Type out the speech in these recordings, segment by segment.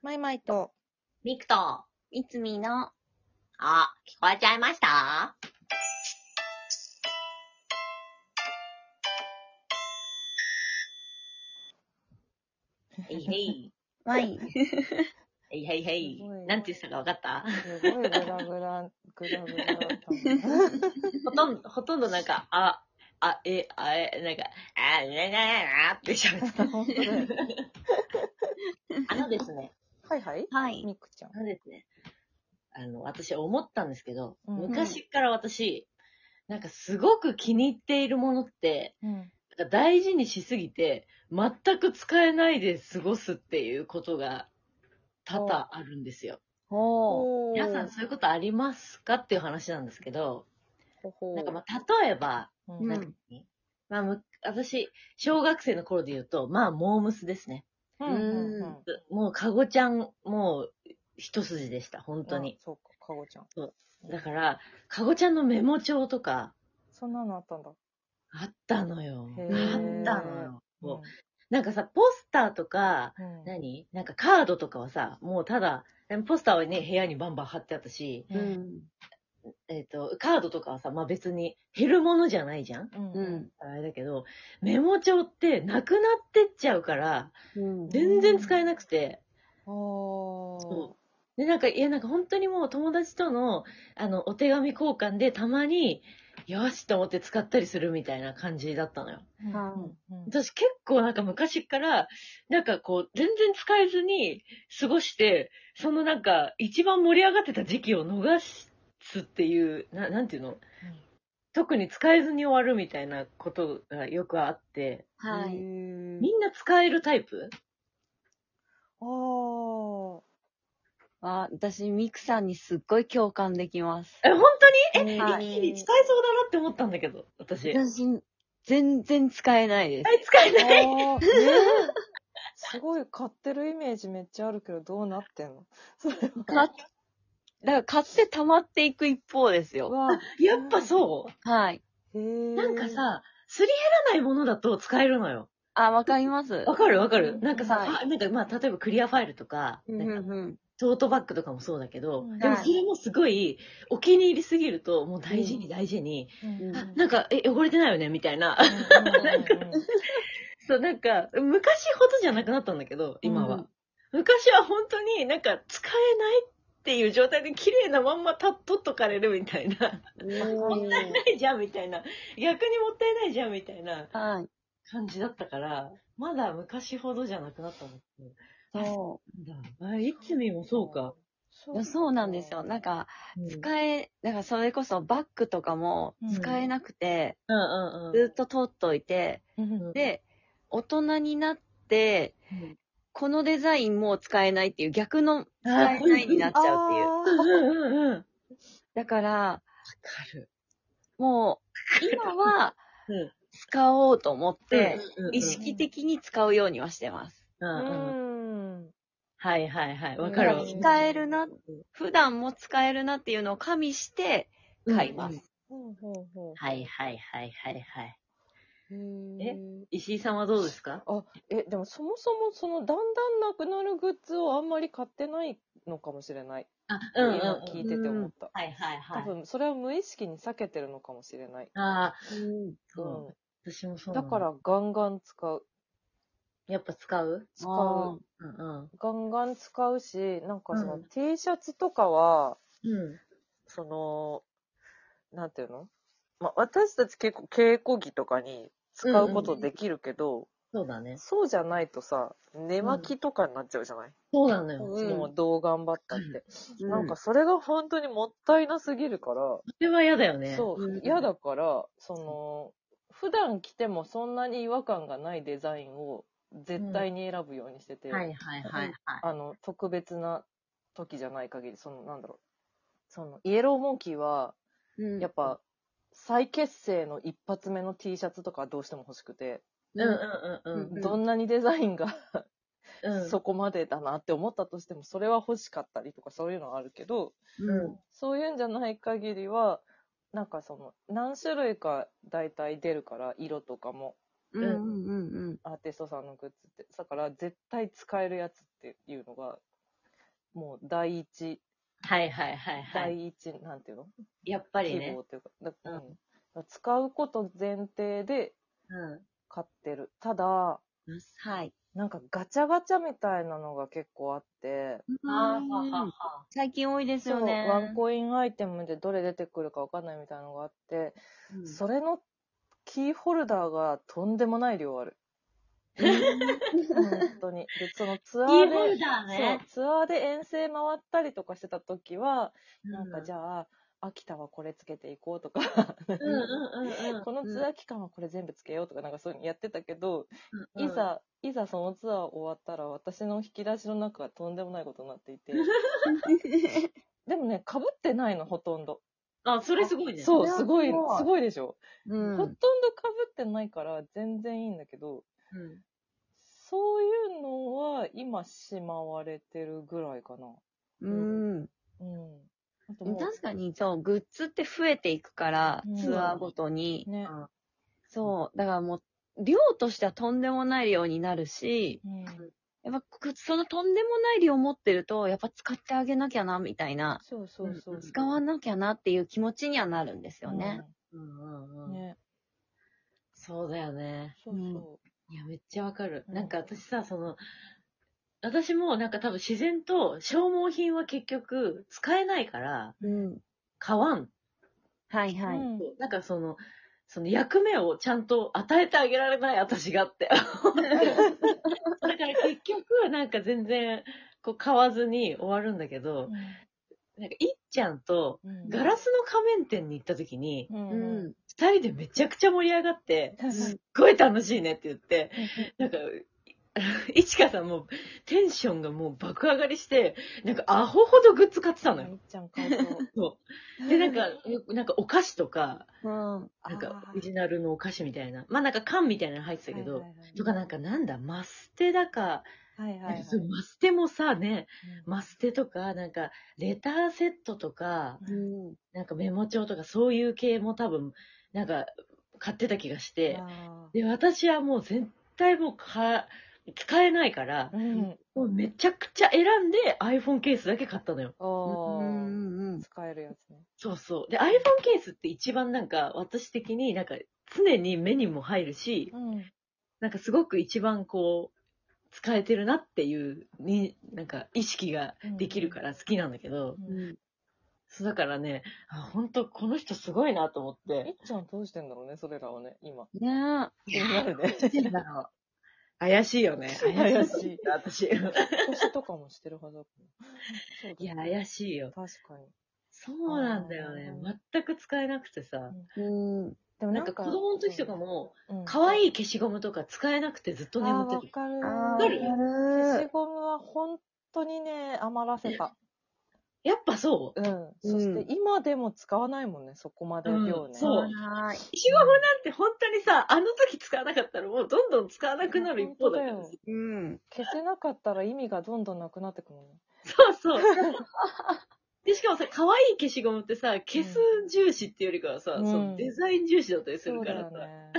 マイマイと、ミクと、いつみの、あ、聞こえちゃいま したへいへい。ワイン。へいへいへいすごい。なんて言ってたか分かったすごいグラグラ、グラグラだったもん。ほ とんど、ほとんどなんか、あ、あ、え、あ、え、なんか、あ、ねねねあって喋 ってた。本当だよねあのですね、はいはいはい。みくちゃん。あのですね、あの、私思ったんですけど、うん昔から私、なんかすごく気に入っているものって、うん。なんか大事にしすぎて、全く使えないで過ごすっていうことが多々あるんですよ。ほう。皆さんそういうことありますかっていう話なんですけど、ほほう。なんかまあ、例えば、ううんんなんかねまあむ、私、小学生の頃で言うと、まあ、モームスですね。うんうんうん。もう、かごちゃん、もう、一筋でした、本当にあ。。そうか、かごちゃん。だから、かごちゃんのメモ帳とか、そんなのあったんだ。あったのよ。あへっーたのよ。もううなんかさ、ポスターとか、ん。うん何なんかカードとかはさ、もうただ、ポスターはね、部屋にバンバン貼ってあったし、ううん。ん。えっ、と、カードとかはさ、まあ別に減るものじゃないじゃんう。うんん。あれだけど、メモ帳ってなくなってっちゃうから、うん。全然使えなくて、あー。で、なんか、いや、なんか本当にもう友達との、あの、お手紙交換でたまに、よしと思って使ったりするみたいな感じだったのよ。うんはいうんうん私結構なんか昔から、なんかこう、全然使えずに過ごして、そのなんか、一番盛り上がってた時期を逃すっていう、ななんていうの、特に使えずに終わるみたいなことがよくあって、はへい。ーみんな使えるタイプあー。あ、私、ミクさんにすっごい共感できます。え、本え、当はに一気に使えそうだなって思ったんだけど、私。え、私、全然使えないです。使えないあーえーすごい買ってるイメージめっちゃあるけど、どうなってんのそれ買っ、だから買って溜まっていく一方ですよ。は。やっぱそはい。へーうなんか、さ、すり減らないものだと使えるのよ。あ、わかります。わかるわかる。なんかさ、はいあなんかまあ、例えばクリアファイルとか、うんなんかうんトートバッグとかもそうだけど、うんでもはいそれもすごい、お気に入りすぎると、もう大事に大事に、うんあ、なんか、え、汚れてないよねみたいな。 そう、なんか、昔ほどじゃなくなったんだけど、今は。うん昔は本当になんか、使えないっていう状態で綺麗なまんまたっとっとかれるみたいな。 うん。もったいないじゃんみたいな。逆にもったいないじゃんみたいなはい。感じだったから、まだ昔ほどじゃなくなったんだけど。そなんだ。あ、いつみもそうか。ういや。そうなんですよ。なんか、うん使え、だからそれこそバッグとかも使えなくて、うんうんうん。ずっと取っといて、うんで、大人になって、このデザインもう使えないっていう逆の使えないになっちゃうっていう。あーうんうんうん。わだから、かる。もう、今はうん使おうと思って、うんうんうん意識的に使うようにはしてます。うんうん。うん。はいはいはい。わんかるだわら。使えるな、普段も使えるなっていうのを加味して買います。ほうほうほう。はいはいはいはいはい。へーえ石井さんはどうですかあ、え、でもそもそもその、だんだんなくなるグッズをあんまり買ってないのかもしれない。あ、今聞いてて思った。はいはい多はい。分、それは無意識に避けてるのかもしれない。。ああ、うんそう。私もそううんだなの。から、ガンガン使う。やっぱ使う使あうー。うんうん。ガンガン使うし、なんかその、うん T シャツとかは、うん。その、なんていうのまあ、私たち結構稽古着とかに使うことできるけど、そうだね。そうじゃないとさ、寝巻きとかになっちゃうじゃない、そうなのよ。うんもうどう頑張ったって、うん、なんかそれが本当にもったいなすぎるから、それは嫌だよね。そううん嫌だから、その、普段着てもそんなに違和感がないデザインを絶対に選ぶようにしてて、はいはいはいはい。あの、特別な時じゃない限り、その、なんだろう。その、イエローモンキーは、うんやっぱ、再結成の一発目の T シャツとかどうしても欲しくて、うんうんうんうんどんなにデザインがうん。そこまでだなって思ったとしても、それは欲しかったりとかそういうのはあるけど、うん。そういうんじゃない限りは、なんかその、何種類か大体出るから、色とかも、うんうんうんうん。アーティストさんのグッズって。だから、絶対使えるやつっていうのが、もう第一、はいはいはいはい。第一、なんていうのやっぱり希ね望。というか。だうんうん使うこと前提でうん。買ってる。ただ、はい。なんかガチャガチャみたいなのが結構あって、あーはははは。最近多いですよね。そうワンコインアイテムでどれ出てくるかわかんないみたいなのがあって、うんそれのキーホルダーがとんでもない量ある。本当に。で、そのツアキーーホでル、ダーねそ。う、ツアーで遠征回ったりとかしてた時は、ななんかじゃゃあ、秋田はこれつけていこうとか、うんうんうんうん。このツアー期間はこれ全部つけようとか、なんかそういうのやってたけど、うんい、ざ、いざそのツアー終わったら、私の引き出しの中がとんでもないことになっていて、でもね、被ってないの、ほとんど。あ、それすごいね。そう、それはすごい、すごいすごいでしょ。うほとんど被ってないから、全然いいんだけど、うん。そういうのは今しまわれてるぐらいかな。うん。うん。あとうんも確かに、そう、グッズって増えていくからう、んツアーごとにう、。ね。そう、だからもう、量としてはとんでもない量になるし、うん。やっぱ、くそのとんでもない量持ってると、やっぱ使ってあげなきゃな、みたいな、そうそうそう。うん使わなきゃなっていう気持ちにはなるんですよね。うんうんうん。うん。ね。そうだよね。そうそいや、めっちゃわかる。うん。なんか私さ、その、私もなんか多分自然と消耗品は結局使えないからうん。買わん。はいうはい。うんなんかその、その役目をちゃんと与えてあげられない私 がって。だから結局なんか全然こう買わずに終わるんだけど、なんかいっちゃんとうんガラスの仮面店に行った時に、う。うんん。二人でめちゃくちゃ盛り上がって、確かすっごい楽しいねって言って、になんか、いちかさんもテンションがもう爆上がりして、なんかアホほどグッズ買ってたのいよ。っちゃん買うと。そう。で、なんか、なんかお菓子とか、うん。なんかあーオリジナルのお菓子みたいな。まあなんか缶みたいなの入ってたけど、はいはいはいとかなんかなんだ、マステだか、はいはいはい。そうマステもさ、ね、うんマステとか、なんかレターセットとか、うん。なんかメモ帳とかそういう系も多分、なんか買ってた気がして、あで、私はもう絶対もうか使えないからー、うん。もうめちゃくちゃ選んで iPhone ケースだけ買ったのよ。うあんあ。。使えるやつね。そうそう。で、iPhone ケースって一番なんか私的になんか常に目にも入るし、うん。なんかすごく一番こう、使えてるなっていうに、なんか意識ができるから好きなんだけど、うん。そうだからね、あ、本当この人すごいなと思っ。いってちゃんどうしてんだろうね、それらをね、今。 ね気になるね。だろう。 怪しいよね。怪しいい。私。腰とかもしてるはずだけど。 いや、怪しいよ。確かに。そうなんだよねあー。全く使えなくてさ。え。うん。でもなんか子供の時とか、も、うん可愛い消しゴムとか使えなくてずっと眠ってる。あー、あわかあ、かる。る消るし。ゴムは本当にね、余らせた。やっぱそうん。そして今でも使わないもんね、そこまで量うんね。そうはい。う。消しゴムなんて本当にさ、あの時使わなかったらもうどんどん使わなくなる一方だから。本当そようん。消せなかったら意味がどんどんなくなってくるもんね。うそう。 で、しかもさ、可愛い消しゴムってさ、消す重視っていうよりかはさ、うんそのデザイン重視だったりすそるうかだらよさ、ね。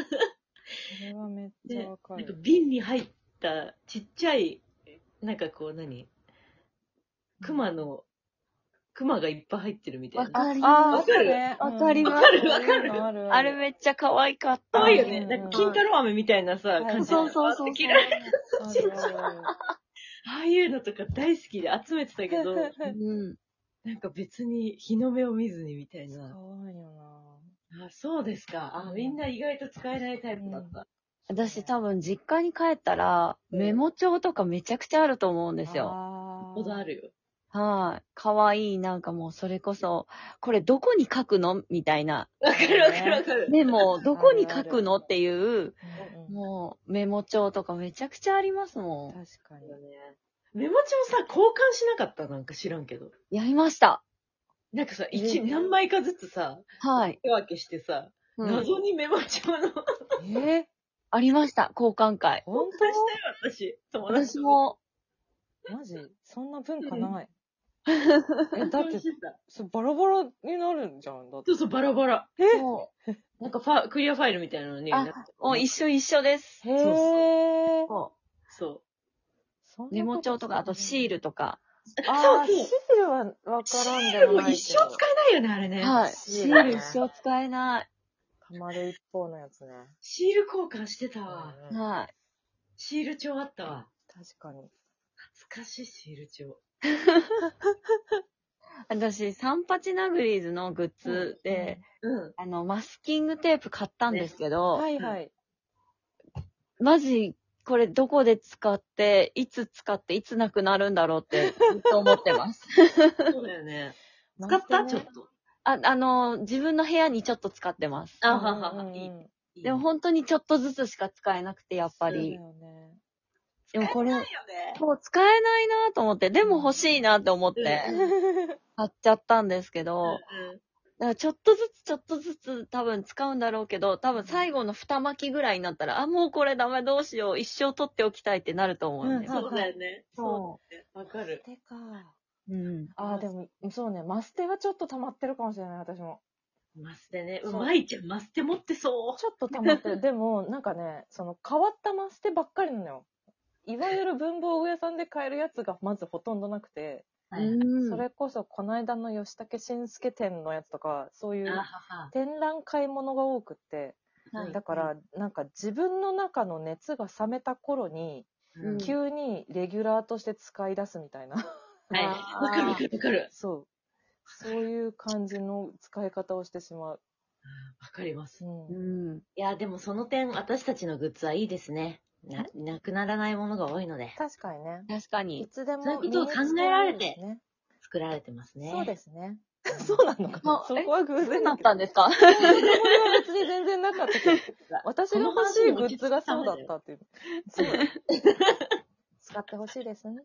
それはめっちでゃわかなんかる。瓶に入ったちっちゃい、なんかこう何熊の、熊がいっぱい入ってるみたいな。わかりあー、あまっす。たね。わかりますわかるわかるうんあるあれめっちゃ可愛かっ可た。愛いよね。うんなんか、金太郎飴みたいなさ、うん感じそのうそうそうそう。できるあるあるああいうのとか大好きで集めてたけど、うん。なんか別に日の目を見ずにみたい可な。愛いよあ、そうですか。あ、みんな意外と使えないタイプだった。私多分実家に帰ったら、うんメモ帳とかめちゃくちゃあると思うんでなすよ。あーほどあるよ。はい。可愛いなんかもうそれこそ、これどこに書くのみたいな。わかるわかるわかる。メモ、どこに書くのあるあるっていう、うんうんもうメモ帳とかめちゃくちゃありますも確かに。 メモ帳さ、交換しなかったなんか知らんけど。ん。やりました。なんかさ、う一、ん何枚かずつさ、はい。手分けしてさ、うん謎にメモ帳の、えありました。交換会。本本当にしたよ、私。友達私と。も、当マジそんな文化ない。え、え、だだっってて、してた。そバラバラになるんじゃん。だってそうそう、バラバラ。えもなんかファ、クリアファイルみたいなのに、あなんかう、もう一緒一緒です。へえ。そそうそんなことう。メモ帳とか、あとシールとか。う。ああ、そうシールはわからんシでールももない一け生ど。使えないよね、あれね。はい。シシーールル一生使えなたまる一方のやつね。シール交換してたわ。い。うんはい。シール帳あったわ。確かに。懐かしいシール帳。私、サンパチナグリーズのグッズで、うん。あの、マスキングテープ買ったんですけうん、ど、はいはい。マジ、これどこで使って、いつ使って、いつなくなるんだろうって、ずっと思ってます。そうだよね。使ったちょっと。あ、あの、自分の部屋にちょっと使ってます。あいい。でも本当にちょっとずつしか使えなくて、やっぱそうだり。よね。でもこれ、当そう、使えないなと思って、でも欲しいなって思って、買っちゃったんですけど、だからちょっとずつちょっとずつ多分使うんだろうけど、多分最後の二巻きぐらいになったら、あ、もうこれダメどうしよう、一生取っておきたいってなると思うんで。んそうだよね。そそうだよね。わかる。てか。うん。ああ、でも、そうね。マステはちょっと溜まってるかもしれない、私も。マステね。そううまいじゃん。マステ持ってそちょっと溜まってる。でも、なんかね、その変わったマステばっかりなのよ。いわゆる文房具屋さんで買えるやつがまずほとんどなくて、う。うん。それこそこの間の吉武慎介店のやつとか、そういあはうは。展覧会ものが多くって、はいだから、なんか自分の中の熱が冷めた頃に、うん、うんは急にレギュラーとして使い出すみたいな。い。わかるわかるわかる。 そう。そういう感じの使い方をしてしまう。わかります。うんうん。いや、でもその点、私たちのグッズはいいですね。な、なくならないものが多いので、確かにね。確かいに。つでもそういうことを考えられて身に作られてますね。つけられるんですね。そうですね。そうなのかなあそこは偶どう然だなっけど。たんです かそれは別に全然なかったけど。 私が 欲しいグッズがそうだったっていう。そう。使ってほしいですね。